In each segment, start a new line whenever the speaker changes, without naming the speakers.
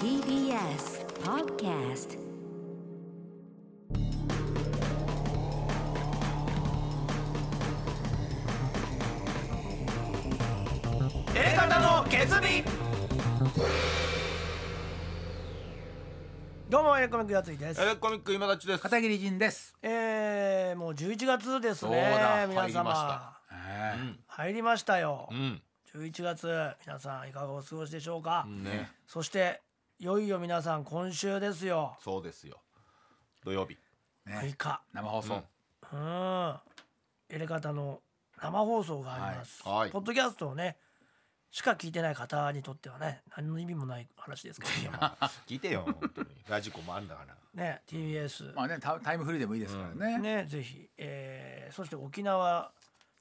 TBS Podcast
方の決意どうもエレコミックやついです
エレコミック今立ちです。
片桐仁です。
えー、もう11月です
そう
ね
だ
皆
入りまし
様
た
入りましたよ
うん。
11月皆さんいかがお過ごしでしょうか、
ね。
そしていよいよ皆さん今週ですよ
そうですよ。土曜日。
6日
生放送。
うんエレカタの生放送があります、
はいはい
ポッドキャストをねしか聞いてない方にとってはね何の意味もない話ですけども
聞いてよ。本 当にラジコもあんだから。
ね TBS
まあねタタイムフリーでもいいですからね。
ねぜひ、えーそして沖縄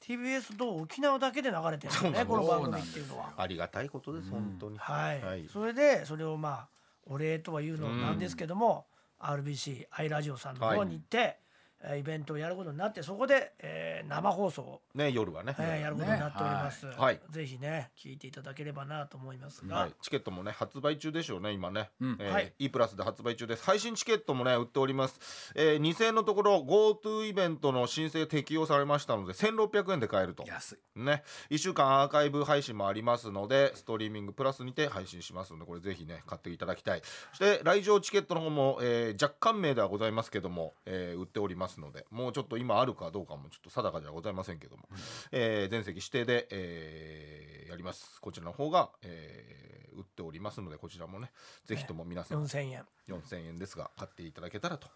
TBS と沖縄だけで流れてるんだねこの番組っていうのは
ありがたいことです。本当に。
はい、
はい
それでそれをまあお礼とは言うのなんですけども、RBC アイラジオさんの方に行って、えーイベントをやることになってそこで、えー生放送を、
ね、夜はね。
えーやることになっております、
いはい
ぜひね聞いていただければなと思いますが、
はい、チケットもね発売中でしょうね今ね、えー
はい
いプラスで発売中です配信チケットもね売っております、えー、2000円のところ GoTo イベントの申請適用されましたので1600円で買えると
安い。
ね、1週間アーカイブ配信もありますのでストリーミングプラスにて配信しますのでこれぜひね買っていただきたいそして来場チケットの方も、えー若干名ではございますけども、えー売っておりますのでもうちょっと今あるかどうかもちょっと定かじゃございませんけども、えー全席指定で、えーやりますこちらの方が、えー売っておりますのでこちらもねぜひとも皆さん
4000円
4000円ですが買っていただけたらと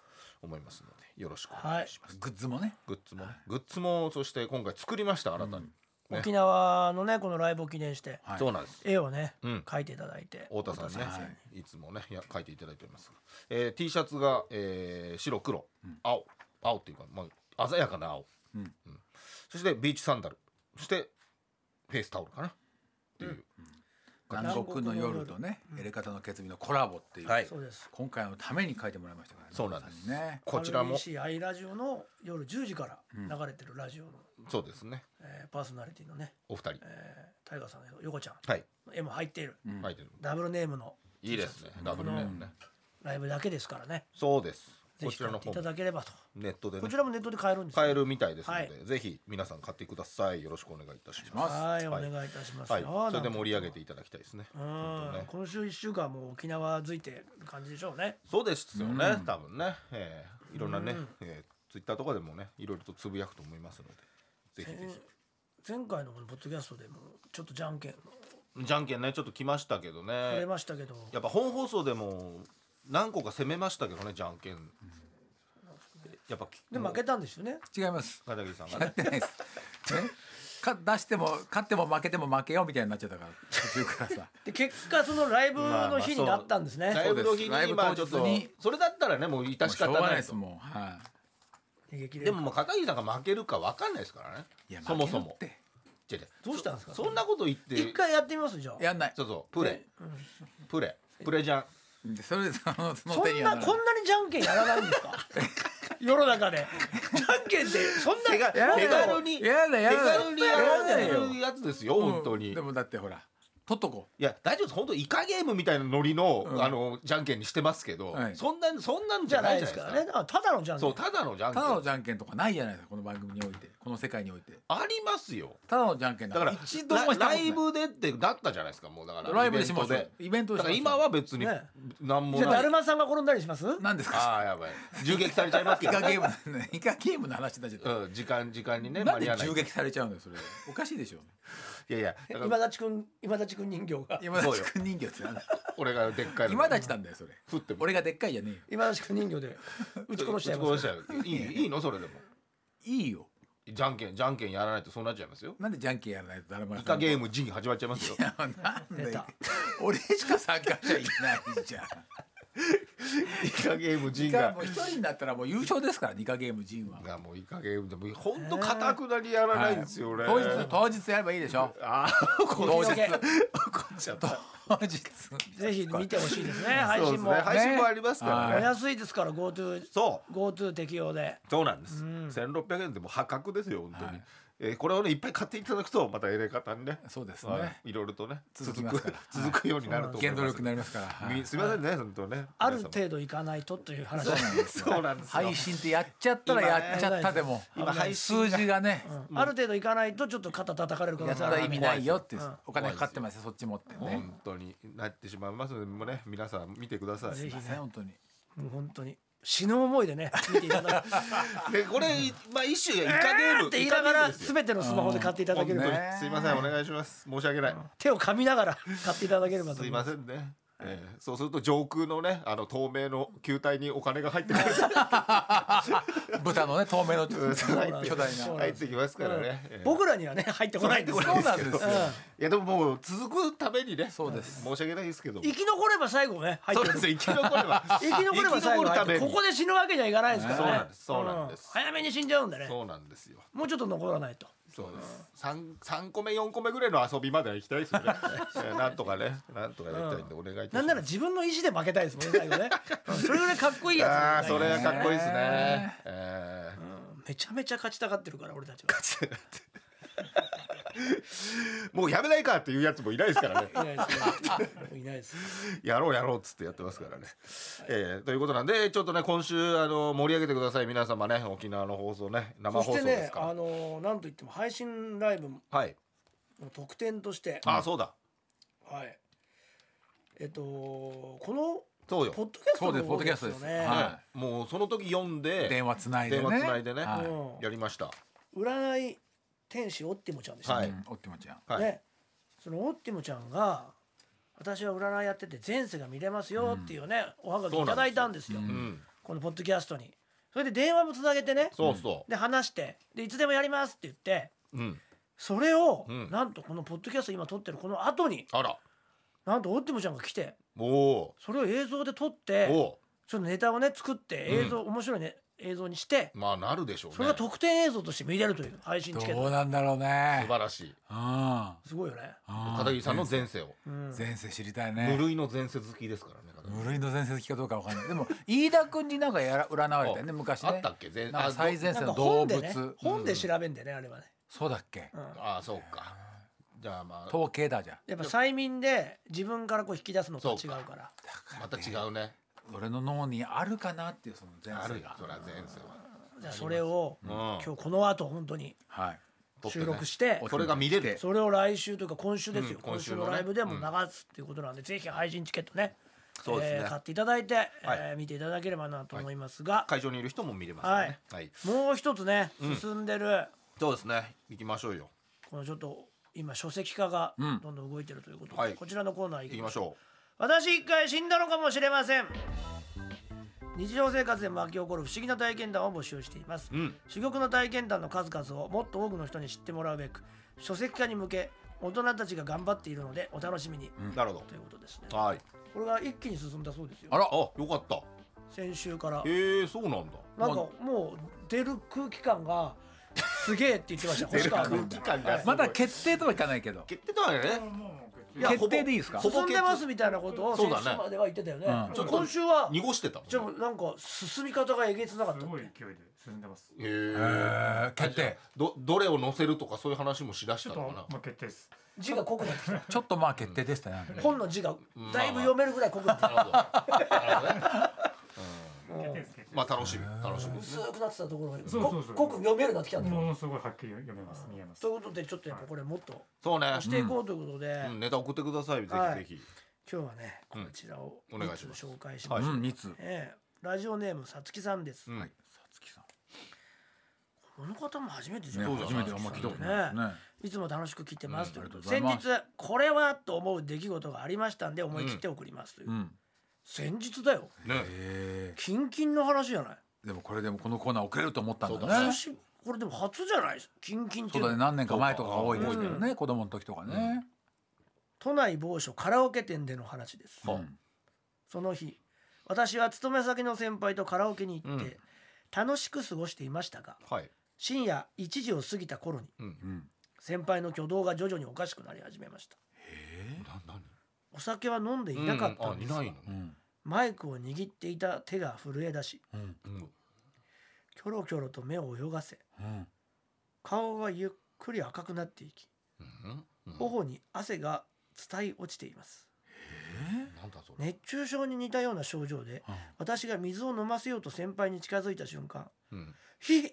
思いますのでよろしくお
は
願
い
いします、
グッズもね。
グッズもねグッズもそして今回作りました新たに、ね
沖縄のねこのライブを記念して、
はい
そうなんです
絵をね、
うん
描いていただいて
太田さんね
太先
い、つもねや書いていただいております、えー、T シャツが、えー白黒、青青っていうか、まあ、鮮やかな青、
うん
うんそしてビーチサンダルそしてフェイスタオルかなっていう、
南国の夜とね、エレカタの決意のコラボっていう、
はい
生そうです
今回のために書いてもらいましたからね。
そうなんです
皆さにね。
こちらも
RBC アイラジオの夜10時から流れてるラジオの、
そうですね
えーパーソナリティのね、
お二人、
えー、タイガーさんの横ちゃん
はい
の絵も入っている、
書いてる
ダブルネームの
いいですねダブルネームね
ライブだけですからね
そうです
ぜ
こ
ひ
ち
買
ら
っ
の
てい
方
た
も
だければと、
ネットで
こ
ね
ちらもネットで買えるんですよ
買えるみたいですので、
は
ぜひ皆さん買ってくださいよろしくお願いいたします
ます
はいお
はい
願いいたしますよ、
はい、それで盛り上げ
て
ていただきたいですね
う
本当
ん
ね
今週1週間もう沖縄づいてる感じでしょうね
そうですよね、多分ね、えーいろんなね、えー、ツイッターとかでもねいろいろとつぶやくと思いますのでぜひぜ
前回のこのポッドキャストでもちょっとじゃんけん
ひじゃんけんねちょっと来ましたけど
触れ
ね
ましたけど
やっぱ本放送でも何個か攻めましたけどねじゃんけん、やっぱき
で負けたんですよね
違います。
片桐さんが
や
ね
ってない です。ね、か出しても勝っても負けても負けようみたいになっちゃったから途中から さ。
で結果そのライブの日になったんですね、
ライブの日
そうですライ
に
ブ
まあちょっと
当日に
それだったらねもう致し方
もうしょうが
な
ない
い
です
と
もん。は
逃げ切れ
で
る
ももう片桐さんが負けるか分かんないですからね
い。いや
そもそも
負けるって
違う違う
どうしたんですか
そんなこと言って
一回やってみますじゃあ
やんない
そ。うそうプレ、プレプレじゃん
でそれでそのその
そ
手
ん
に
な
は
こんなにじゃんけんやらないんですか 世の中でじゃんけんってそんな
手が
や
らない
手軽に
やだやだ
手軽にやられ
やだ
るやつですよ
うん
本当に、
でもだってほら取っとこう。
いや大丈夫です本当イカゲームみたいなノリの、
うん
あのじゃんけんにしてますけど、
はい
そんなそんなんじ
じゃ
ゃな
ないい
じ
で
ゃな
すか
いですから
ねだからただのじゃんけん
そうただのじゃんけ
た
ん
だのじゃんけんとかないじゃないですかこの番組においてこの世界において
ありますよ
ただのじゃんけんだ
だか
か
らら
一度もしたことな
ラ
い
イブでってなったじゃないですかもうだから
ライブで
イ
し
ベント
ましょ
で
うイベントで
だから
しましょう
今は別に
ね
なんも
じゃあ
な
だ
い、
るまさんが転んだりします
何ですか
ああやばい銃撃されちゃいますけ
イ
ど
カ
ね
ゲームイカゲームの話になっちゃった
うん時間時間にね
な
間
んで
に合わない
銃撃されちゃうのよそれおかしいでしょ
いやいやだから
今立くん今立くん人形が
今立ちくん人形ってなんだ
俺がでっかいの
今立ちなんだよそれ
振っても
俺がでっかいじゃねえよ
今立くん人形で撃ち殺しちゃいま
撃
す
ち殺しちゃういいいいのそれでも
いいよ
じゃんけんじゃんけんやらないとそうなっちゃいますよ
なんでじゃんけんやらないと誰もや
イカゲー
ム
ム人気始まっちゃいますよ
なん
出
で
た
俺しか参加者いないじゃん
イカゲーム
イ
人
カ
が
もう一人になったらもう優勝ですからイカゲーム人は
がもうイカゲームでもほんとかたくなにやらないんですよ俺、
当日当日やればいいでしょ
ああこ
当日
当日
っちゃった
当日
ぜひ見てほしいですね配
そう
信
です
も
ね配信もありますからね
お安いですから GoTo
そう
GoTo 適用で
そうなんです、1600円でも破格ですよ本当に、ええーこれをねいっぱい買っていただくとまたえれ方にね
そうです
はい
ね。
いろいろとね続
続
く
きますから
続くようになると思い
原動
ます
力になりますから。はい
みすみませんね本当ね
ある程度行かないとという話
そうなんですよ
そうなんですよ
配信ってやっちゃったらやっちゃったでも
今配信が
数字がね、
うんある程度行かないとちょっと肩叩かれる可
や
能
っ
性
た
ある
ら意味ないよって、
うん
お金かかってますよそっち持って
皆様
ね、
本当になってしまいますのでもうね皆さん見てください
ぜひ
すいません本当に
もう本当に死ぬ思いでね見ていただく
でこれまあ一種イカゲー
あー
ム
って言いなが
イカゲー
ら
ムですよ
全てのスマホで買っていただければ、
本当ね
本当にすいませんお願いします申し訳ない
手を噛みながら買っていただければと
す
思
い
い
ま
ます
せんねええそうすると上空のねあの透明の球体にお金が入ってく る
豚のね透明の
そうなんです
巨大
そう
な
入ってきますからねええ
僕らにはね入ってこないんです
そうなんですよ
いやでももう続くためにね
そうです
申し訳ないですけども
生き残れば最後ね入
そ
っ
う
て
なん
く
で
る
すよ生き残れば
生き残れば最後入って
生き残るため
こ
に
こで死ぬわけにはいかないですからね
そうなんですそうなんです
早めに死んじゃうんでね
そうなんですよ
もうちょっと残らないと
そうです。三三個目四個目ぐらいの遊びまでは行きたいですよね。えーなんとかね、なんとかやりたいんでお願いいたします。
なんなら自分の意思で負けたいです もんね最後ねうんそれぐらいかっこいいやつ
あ
なん
あー
だ
そ
よ
れ
ね
はかっこいいですね。えー
めちゃめちゃ勝ちたがってるから俺たちは
もうやめないかっていうやつもいないですからね。
いないですねいないです
やろうやろうっつってやってますからね。えーということなんでちょっとね今週あの盛り上げてください皆様ね沖縄の放送ね生
そ
放
し
送
て
で
ね
すから。
あのーなんといっても配信ライブの
はい。
特典として
あーそうだ。
はいえっとこの
そうよ。
ポッドキャス
そ
ト
うで
の
すポ
方
ッドキャ
で
ス
す
ト
よ
です
ね
は
もうその時読ん
い
で
電話つないでね
電話つないでね
は
うん
やりました。
占い天使オッティモちゃんでした
は
ね,、
い
うんおってもちゃん
はい。
ねそのオッティモちゃんが私は占いやってて前世が見れますよっていうね、おはがきいただいたんですよ
そ
う
うなん
ん。
このポッドキャストにそれで電話もつなげてね
そうそ
で話してでいつでもやりますって言って
う。うん。
それを、
うん
なんとこのポッドキャスト今撮ってるこの後に
あら。
なんとオッティモちゃんが来て
おお
それを映像で撮っ
ー。
て
おお。
ちょっとネタをね作って
うん
映像、面白いね映像にして
まあなるでしょうね。
それが特典映像として見れるという配信チケッ
ど
ト
うなんだろうね
素晴らしい。
うん
すごいよね、
うん
片桐さんの前世を。
うん、
前世知りたいね
無類の前世好きですからね。片桐
無類の前世好きかどうかわかんないでも飯田君になんかやら占われたよね
あ
昔ね
あったっけ前
なんか最前
な
世
んか
の動
本で
物、
ね本で調べんでねあれはね、
そうだっけ
うん、
ああそうか。じゃあまあ
統計だじゃん
やっぱ催眠で自分からこう引き出すのとは違
そう
う
か
から
また違うね。
俺の脳にあるかなっていうその前
ある
世
よ
が。
それは前世
じゃあそれを
は。
今日この後本当に
はい
うん。。
収録してて
お
それが見れる。
それを来週というか今週ですよ、
うん
今
今
週
週のね
のライブでも流すっていうことなんで、ぜひ配信チケットね
そうですね
えー買っていただいて、えー見ていただければなと思いますが、
会場にいる人も見れますよね。はい。
もう一つね
ん
進んでる
そうですね。行きましょうよ。
このちょっと今書籍化が
うん
どんどん動いてるということで、
はい
こちらのコーナー行
行
き
き
ま
ま
し
し
ょう
ょ
私一回死んだのかもしれません日常生活で巻き起こる不思議な体験談を募集しています
う。うん。
珠玉の体験談の数々をもっと多くの人に知ってもらうべく書籍化に向け大人たちが頑張っているのでお楽しみに、
なるほ
ということですね
ど。はい。
これが一気に進んだそうですよ
あら
あよかった。
先週から
へえそうなんだ。
なんかもう出る空気感がすげえって言ってました星川君
感が
まだ決定とはいかないけど
決定だよね。いや
決定でいいですか
ほぼ
進んでますみたいなことを
そ
先
うだね
週までは言ってたよね
うん
ちょっと今週は
濁してたもんね。
ちょっとなんか進み方がえげつなかった
す
っ
ごい
て
勢いで進んでます。
へえ。
えー決定
どどれを載せるとかそういう話もしだし
ちょ
た
っ
の
と
かな
も。う決定です。
字が濃くなってきた
ちょっとまあ決定でしたね
本の字がだいぶ読めるぐらい濃くなってき
なるほど。なるほどね
決定です。決定
まあ楽しみ楽しみ
た
です
薄
ね。
くなってたところが
そうそうそう
こ濃く読めるようになってきたんだよ
ものすごいはっきり読めます。見えます
と。いうことでちょっとやっぱこれもっと
そうね。
していこうということで、
うんネタ送ってくださいぜ
はい
ひぜひ。
今日はねこ
うん
ちらを
お願いします
一つ紹介し
う
まし
ん
た、
二つ
ええラジオネームさつきさんです、
うん
はいさつきさん
この方も初めてじゃ
ね
ない
そう
初
じゃな
め
い
てあんま聞いたこと
ね
ないで
いつも楽しく聞いてます、
うん
ということで
あり
先
がとうご
日これはと思う出来事がありましたんで思い切って送りますという、
すねうん
先日だよ
ね。
え
キンキンの話じゃない
ーでもこれでもこのコーナー遅れると思ったん
そう
だ
だ
ね
久しこれでも初じゃないキンキンって
そ
いううの
だね何年か前とかが多いですけど
う
ね子供の時とかね
都内某所カラオケ店での話です、
うん
その日私は勤め先の先輩とカラオケに行って、
うん
楽しく過ごしていましたが
はい。
深夜1時を過ぎた頃に
うん
う。ん
先輩の挙動が徐々におかしくなり始めました
な何？
お酒は飲んでいなかったんですが、
うんあいない
うん
マイクを握っていた手が震え出し
うん
の。
キョロキョロと目を泳がせ
うん
顔はゆっくり赤くなっていき
うんうん
頬に汗が伝い落ちています
なんだそれ、
熱中症に似たような症状で
うん
私が水を飲ませようと先輩に近づいた瞬間
うん
「ひ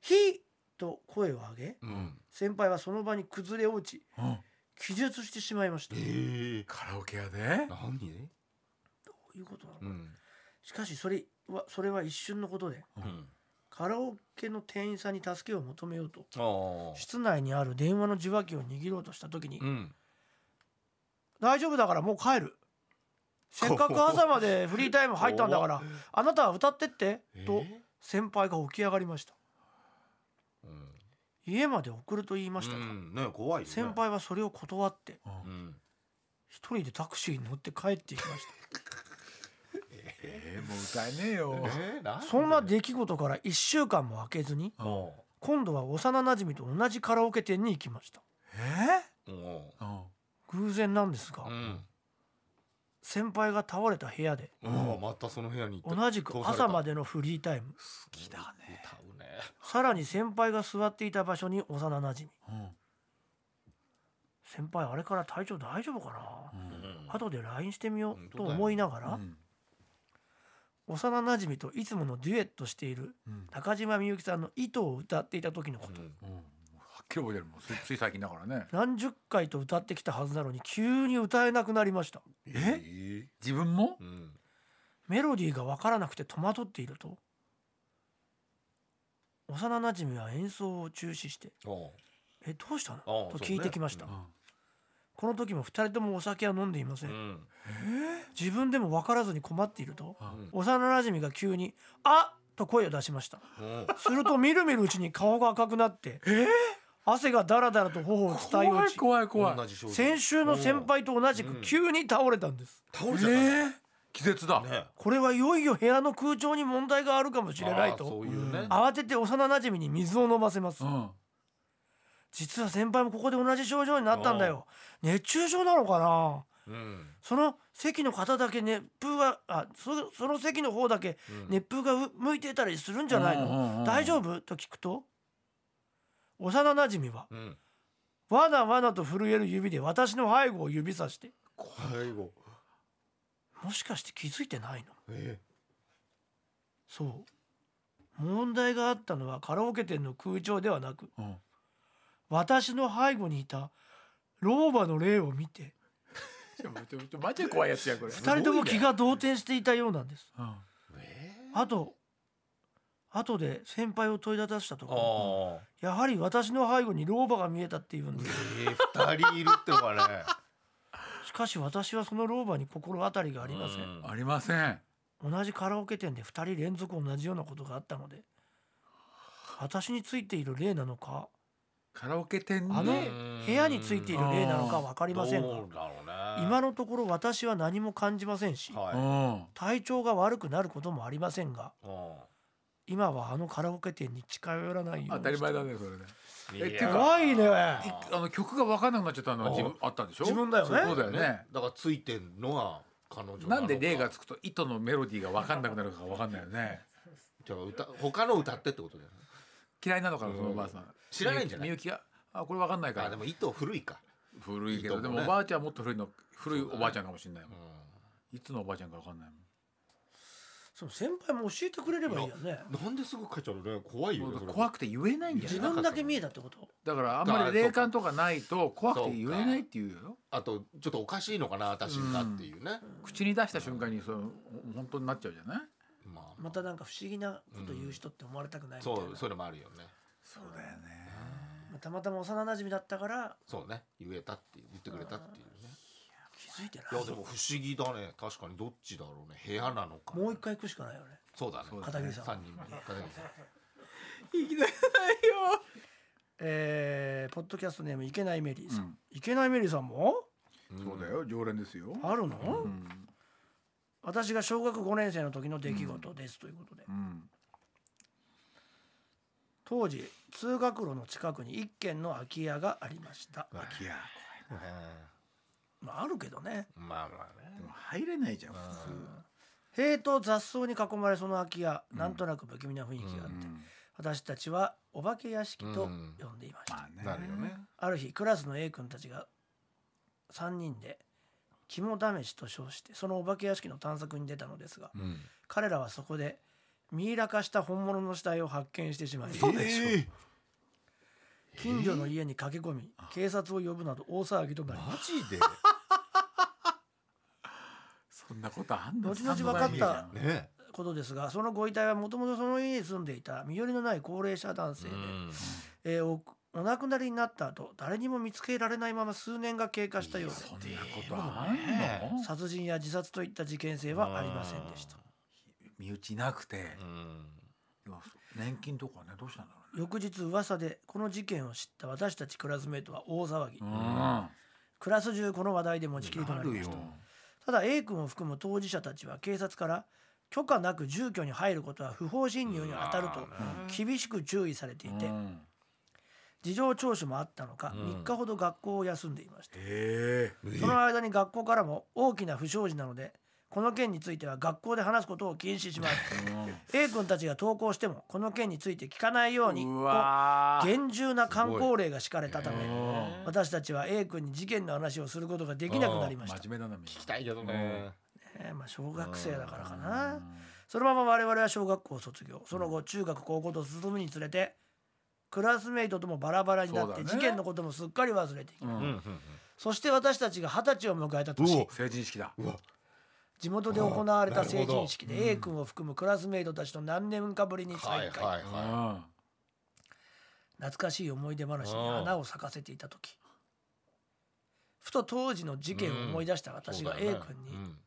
ひ」と声を上げ
うん、
先輩はその場に崩れ落ち
うん
気絶してしまいました
え
どう
ー、
カラオケ屋で
何
いうことなの、
うん
しかしそれはそれは一瞬のことで
うん
カラオケの店員さんに助けを求めようと
ああ
室内にある電話の受話器を握ろうとした時に
うん
「大丈夫だからもう帰る」「せっかく朝までフリータイム入ったんだからあなたは歌ってって」と先輩が起き上がりました
うん
家まで送ると言いました
う
が
んね怖いよね
先輩はそれを断って
うん
一人でタクシーに乗って帰っていきまし
えー、もう歌えねえ
え
よ
ー、な
た
ん
そんな出来事から1週間も空けずに
お
今度は幼なじみと同じカラオケ店に行きました
え
うお
ー、うん
偶然なんですが
ううん
先輩が倒れた部屋で
うんまたその部屋に行って
同じく朝ま
で
でのフリータイム
好きだね
歌うね
さらに先輩が座っていた場所に幼なじみ先輩あれから体調大丈夫か
うん
う
うん
ん
な後で LINE してみよ
本当
う
だ
と
よ
思いなが
う
ら
ん
幼なじみといつものデュエットしている
うん
中島みゆきさんの「糸」を歌っていた時のこと
うん
うん、はっきり覚えてるもんついつい最近だからね
何十回と歌ってきたはずなのに急に歌えなくなりました
え自分も
うん
メロディーが分からなくて戸惑っていると幼なじみは演奏を中止して
おう
「えどうしたの?」
ああ
と聞いてきました、
そうね
この時も2人ともお酒は飲んでいませ、
うんん
自分でも分からずに困っていると
あ
うん
幼なじみが急に「あっ!」と声を出しました
うん
するとみるみるうちに顔が赤くな って汗がダラダラと頬を伝い
怖
落
い
ち
怖い怖い
同じ症状
先週の先輩と同じ
う
く
ん
急に倒れたんです
倒れ
え
ちゃったね
ー、気絶だ、
ね
これはいよいよ部屋の空調に問題があるかもしれない
あーそ
と
ういうね
慌てて幼なじみに水を飲ませます
うん
実は先輩もここで同じ症状になったんだよ熱中症なのかな
うん
その席の方だけ熱風があそその席の方だけ
うん
熱風がう向いてたりするんじゃない
うんうんう
の
ん
大丈夫と聞くと幼なじみは
うん
わなわなと震える指で私の背後を指さして
最後
もしかして気づいてないの
え
そう問題があったのはカラオケ店の空調ではなく
うん
私の背後にいた老婆の霊を見て
ちょちょちょマジで怖いやつやこれ
2人とも気が動転していたようなんです
うん
え
あと後で先輩を問い立たしたと
あ
こ
あ
やはり私の背後に老婆が見えたっていうんです
えー二人いるってのがね
しかし私はその老婆に心当たりがありませ
うん
ありません
同じカラオケ店で2人連続同じようなことがあったので私についている霊なのか
カラオケ店に
あの
うん
部屋についている霊なのか分かりませんが
どうだろうね
今のところ私は何も感じませんし
う
は
ん
体調が悪くなることもありませんが
いうん
今はあのカラオケ店に近寄らないように
当たり前だねそれねえ
や
てか
怖いね
いあの曲が分かんなくなっちゃったのは自分あったでしょ
自分だよね
そうだよね
だからついてんのは彼女の
なんで霊がつくと糸のメロディーが分かんなくなるか分かんないよね
じゃあ歌他の歌ってってことだよね
嫌いなのかなそのおばあさん
知らないんじゃない
みゆきみゆきがあこれ分かんないか
あ
ら
でも糸古いか
古いけど
いいと
で
思う
も
ね
おばあちゃんはもっと古いの古い
そうだね
おばあちゃんかもしれないもん
う
いつのおばあちゃんか分かんないもん
そう先輩も教えてくれればいいよね
んなんですぐ書いちゃうのね怖いよね
もう怖
く
くて言えないんだ
自
よ
な
な
分だけ見えたってこと
だからあんまり霊感とかないと怖くて言えないっていうよ
あとちょっとおかしいのかな私がっていうね
口に出した瞬間にその本当になっちゃうじゃない
まあ
またなんか不思議なこと言う人って思われたくないみたいな、
そうそういうのもあるよね
そうだよね
まあたまたま幼馴染だったから
そうね言えたっていう言ってくれたっていうね
気づいてない
いやでも不思議だね確かにどっちだろうね部屋なのか
もう一回行くしかないよね
そうだね
そうだ
片桐さん
三人目片桐さん
行きたくないよ
えー、ポッドキャストネームいけないメリーさん、
うん
いけないメリーさんも
そうだよ常連ですよ
あるの、
うん
私が小学5年生の時の出来事ですということで、
うん
当時通学路の近くに一軒の空き家がありました、
空き家
まあ、あるけどね
まあまあね
でも入れないじゃん普通
塀と雑草に囲まれその空き家なんとなく不気味な雰囲気があって、
うん
私たちはお化け屋敷と
うん
呼んでいました、
まあね。
なるよね
ある日クラスの A 君たちが3人で肝試しと称してそのお化け屋敷の探索に出たのですが、
うん
彼らはそこでミイラ化した本物の死体を発見してしまい
そうでしょ
え
近所の家に駆け込み警察を呼ぶなど大騒ぎとな
ー
り
マ
ます
ジで
そんなことあんの。
後々分かった
スタンドバイミーじゃん
ね
ことですがそのご遺体はもともとその家に住んでいた身寄りのない高齢者男性で、
うん
えーおお亡くなりになった後誰にも見つけられないまま数年が経過したようで
そんなことあん
ね
の。
殺人や自殺といった事件性はありませんでした
身内なくて、
うん
でも年金とかね、どうしたんだろうね。
翌日噂でこの事件を知った私たちクラスメートは大騒ぎ、
うん。
クラス中この話題で持ちきりとなりましたただ A 君を含む当事者たちは警察から許可なく住居に入ることは不法侵入に当たると厳しく注意されていて
うん
事情聴取もあったのか3日ほど学校を休んでいました
へえ。
その間に学校からも大きな不祥事なのでこの件については学校で話すことを禁止します A 君たちが投稿してもこの件について聞かないように
う
と
わー。
厳重な観光令が敷かれたため
うん
私たちは A 君に事件の話をすることができなくなりました
真面目だなみんな。聞
聞きたいけどね
えーまあ、小学生だからかなそのまま我々は小学校を卒業その後中学高校と進むにつれてクラスメイトともバラバラになっ
そうだ
て
ね
事件のこともすっかり忘れていき
うん
うんうん
そして私たちが二十歳を迎えた
う
年
お
成人式だ。
うんうわ
地元で行われ
あ
た
ーな
成
るほど
人式で A 君を含むクラスメイトたちと何年かぶりに
はい
再
はい
会
は
懐かしい思い出話に花を咲かせていた時ふと当時の事件を思い出した
い
私が
そうだ
A
よね
君に
うん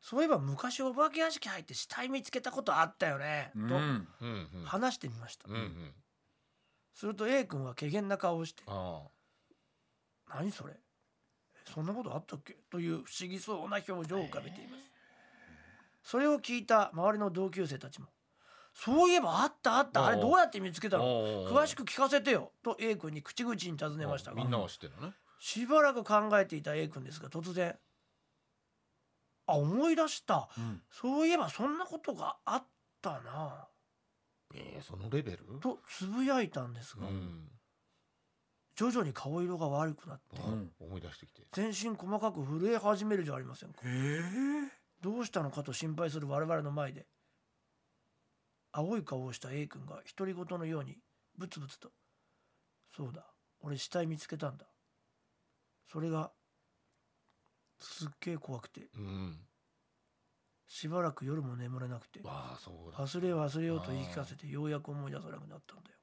そういえば昔お化け屋敷入って死体見つけたことあったよね
うん。う
と
ん。
うんうん
話してみました
うんうん
すると A 君は怪げな顔をして
あ
「何それそんなことあったっけ?」という不思議そうな表情を浮かべていますそれを聞いた周りの同級生たちも「そういえばあったあったあれ
おう
どうやって見つけたの詳
詳
しく聞かせてよ」と A 君に口々に尋ねました
みんな
が
は知ってるのね
しばらく考えていた A 君ですが突然「あ思い出した
うん
そういえばそんなことがあったな
えーそのレベル」
とつぶやいたんです
う
が
ん
徐々に顔色が悪くなって
あ
うん
思い出してきて
全身細かく震え始めるじゃありませんか
へえ。
どうしたのかと心配する我々の前で青い顔をした A 君が独り言のようにブツブツと「そうだ俺死体見つけたんだ」それがすっげえ怖くて
うん
しばらく夜も眠れなくて
わあそうだ
忘れよう忘れようと言い聞かせてようやく思い出さなくなったんだよ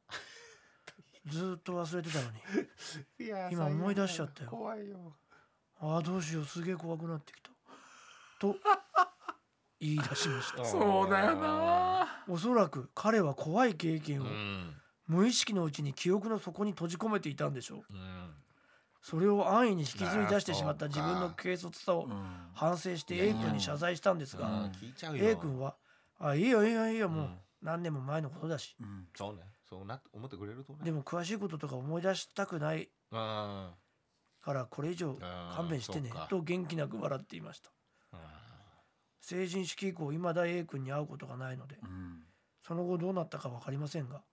ずーっと忘れてたのに今思い出しちゃったよ
怖いよ
ああどうしようすげえ怖くなってきたと言い出しました
そうだよな。
おそらく彼は怖い経験
う
を
ん
無意識のうちに記憶の底に閉じ込めていたんでしょう
うん
それを安易に引きずり出してしまった自分の軽率さを
うん。
反省して A 君に謝罪したんです
う
が
ん
聞いちゃうよ
A 君は「あいいよいいよいいよもう
うん
何年も前のことだし
うん。
そうねそうな思ってくれるとね
でも詳しいこととか思い出したくない
うん
からこれ以上勘弁してね
そうか」
と元気なく笑っていました成人式以降いまだ A 君に会うことがないので
うん。
その後どうなったか分かりませんが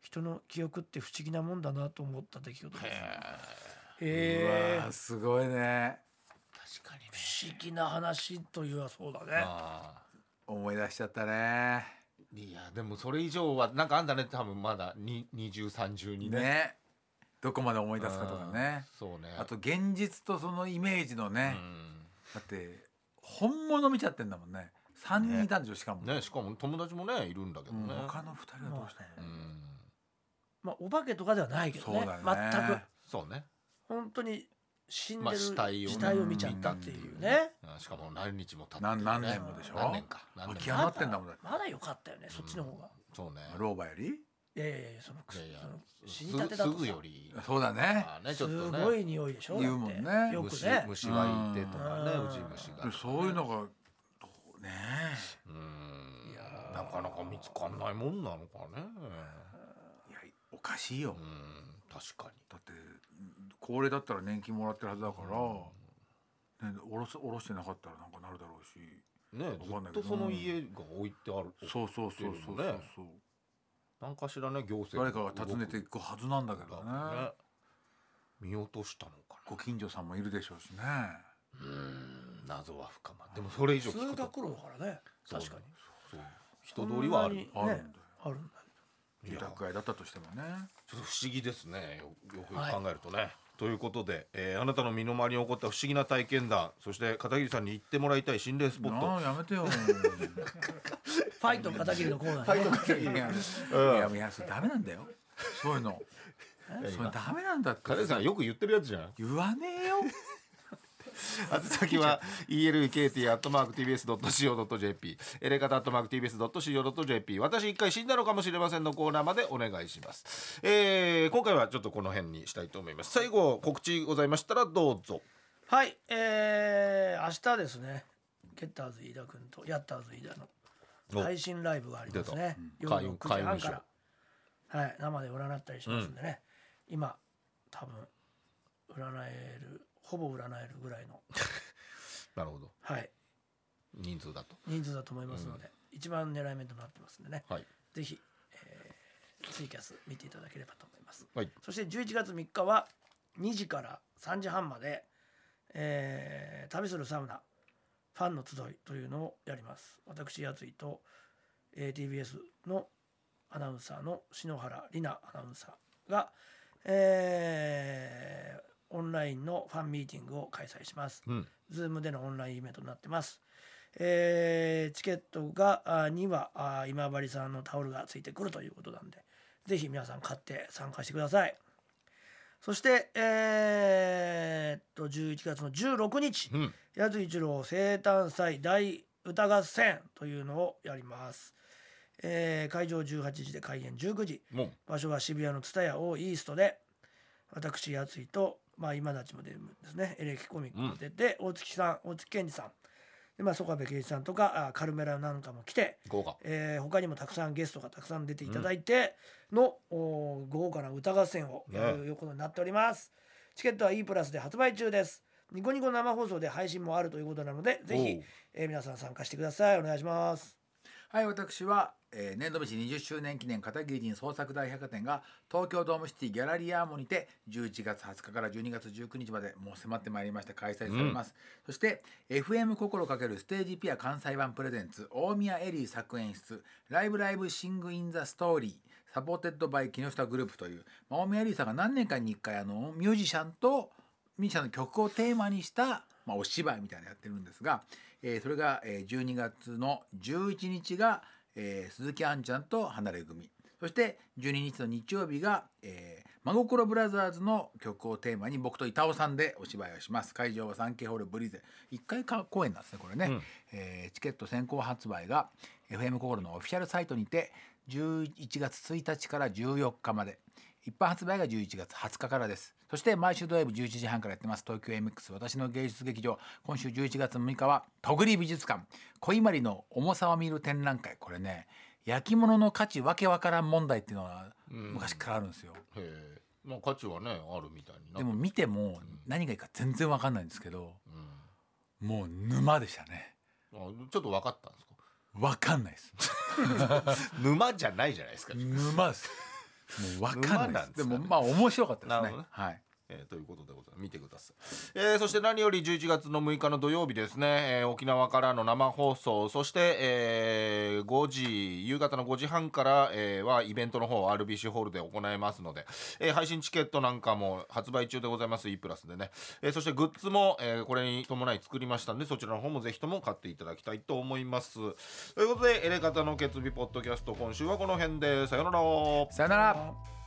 人の記憶って不思議なもんだなと思った出来事です。へー
うわーすごいね。
確かにね
不思議な話というはそうだね。
あ
思い出しちゃったね。
ーいやでもそれ以上はなんかあんだね多分まだに二重三重にね
ね。どこまで思い出すかとかね。
そうね
あと現実とそのイメージの
う
ね。
ん
だって本物見ちゃってんだもんね。三人いたんでしょしかも。
ねしかも友達もねいるんだけど
うん
ね
他の二人はどうした
う
の？
ん
まあお化けとかではないけどね
そうだね
全く
そうね
本当に死んで
ま
る
あ死体をね
死体を見ちゃったっていうね。
あしかも何日も経って
何何年もでしょ
何年か何
空き
年
家
か
なってんだもんだって。
まだ良かったよねそっちの方が。
そうね
老婆より？
いやいやいやその
いやいや
その死にたて
す
だ
す
と
ぐ
さ
より
そうだね。
あーねちょっ
す
と
ご
ね
い匂いでしょ。
言うもんね
だってよく
虫
ね。
虫がいてとかね
うん
うち虫が
でもそういうのがどうね。
うん
いやー
なかなか見つかんないもんなのかね
いやおかしいよ
う。ん確かに
だってうん高齢だったら年金もらってるはずだから、ね、おろすおろしてなかったらなんかなるだろうし
ね
わかん
ず
な
っ
い
と
けど
その家が置いてある
そうそうそうそうそうそう
なんかしらね行政
誰かが訪ねていくはずなんだけど
動く
ね
んだろうね見落としたのか
ご近所さんもいるでしょうしね
なうん謎は深まるでもそれ以上
通
聞くと
学路だからね
そう
確かに
そう人通りはある
こんなに
あるんだよ、
あるんだ
い
住
やちょっ
宅街だったとしてもね
と不思議ですねよよく考えるとね、ということで、えーあなたの身の回りに起こった不思議な体験談そして片桐さんに行ってもらいたい心霊スポッ
な
ト
あやめて よ
ファイト片桐のコーナーね
いやいやいやそれダメなんだよそういうのそれダメなんだって
片桐さんよく言ってるやつじゃ ん
言わねえよ
宛先 は elkt.tbs.co.jp エレカタ .tbs.co.jp 私一回死んだのかもしれませんのコーナーまでお願いします、えー、今回はちょっとこの辺にしたいと思います最後告知ございましたらどうぞ
はいえー、明日ですねゲッターズ飯田君とヤッターズ飯田の
お
配信ライブがありますね
出
夜の9
た開
時半
運
か
開運
ら、はい、生で占ったりしますんでね、今多分占えるほぼ占えるぐらいの、
なるほど
はい、
人数だと
人数だと思いますので、一番狙い目となってますんでね
はい
ぜひ、えーツイキャス見ていただければと思います
はい
そして11月3日は2時から3時半まで、えー旅するサウナファンの集いというのをやります。私やついと、えー TBS のアナウンサーの篠原里奈アナウンサーが、えーオンラインのファンミーティングを開催します。
うん
ズームでのオンラインイベントになってます。えーチケットがあにはあ今治さんのタオルがついてくるということなんでぜひ皆さん買って参加してくださいそしてえーっと11月の16日
うん
八津一郎生誕祭大歌合戦というのをやります、えー会場18時で開演19時
もう
場所は渋谷の蔦屋オーイーストで私やついと、まあ、今立ちも出るんですねエレキコミックも出て、大月さん大月健二さんで、まあ、曽我部圭一さんとかあカルメラなんかも来て、
豪華
えー他にもたくさんゲストがたくさん出ていただいての、おー豪華な歌合戦をやることになっております、チケットは E プラスで発売中ですニコニコ生放送で配信もあるということなのでぜ
お
ひ
う、
えー皆さん参加してくださいお願いします
はい、私は、えー年度飯20周年記念片桐仁創作大百貨店が東京ドームシティギャラリーアーモにて11月20日から12月19日までもう迫ってまいりまして開催されます、そして FM 心かけるステージピア関西版プレゼンツ大宮エリー作演出ライブライブシングインザストーリーサポーテッドバイ木下グループという、まあ、大宮エリーさんが何年かに1回あのミュージシャンとミュージシャンの曲をテーマにした、まあ、お芝居みたいなのやってるんですが、えーそれが、えー12月の11日が、えー鈴木杏ちゃんと離れ組そして12日の日曜日が、えー真心ブラザーズの曲をテーマに僕と板尾さんでお芝居をします会場はサンケイホールブリーゼ1回か公演なんですねこれね、
うん
えーチケット先行発売が FM 心のオフィシャルサイトにて11月1日から14日まで一般発売が11月20日からですそして毎週土曜日11時半からやってます東京 MX 私の芸術劇場今週11月6日は戸栗美術館小伊まりの重さを見る展覧会これね焼き物の価値わけわからん問題っていうのは
うん
昔からあるんですよ、
へえまあ価値はねあるみたいにな
でも見ても何がいいか全然わかんないんですけど
うん
もう沼でしたね
あちょっと分かったんですか
わかんないです
沼じゃないじゃないですか
沼ですもうわかん
沼
ない
なんです
で
かね
もまあ面白かった
な
で
る
す
ほど
ね
ね
はい
えーということでございます見てください、えーそして何より11月の6日の土曜日ですね、えー沖縄からの生放送そして、えー5時夕方の5時半から、えーはイベントの方 RBC ホールで行いますので、えー配信チケットなんかも発売中でございます e プラスでね、えーそしてグッズも、えーこれに伴い作りましたんでそちらの方もぜひとも買っていただきたいと思いますということでエレカタの決日ポッドキャスト今週はこの辺でさよなら
さよなら
あ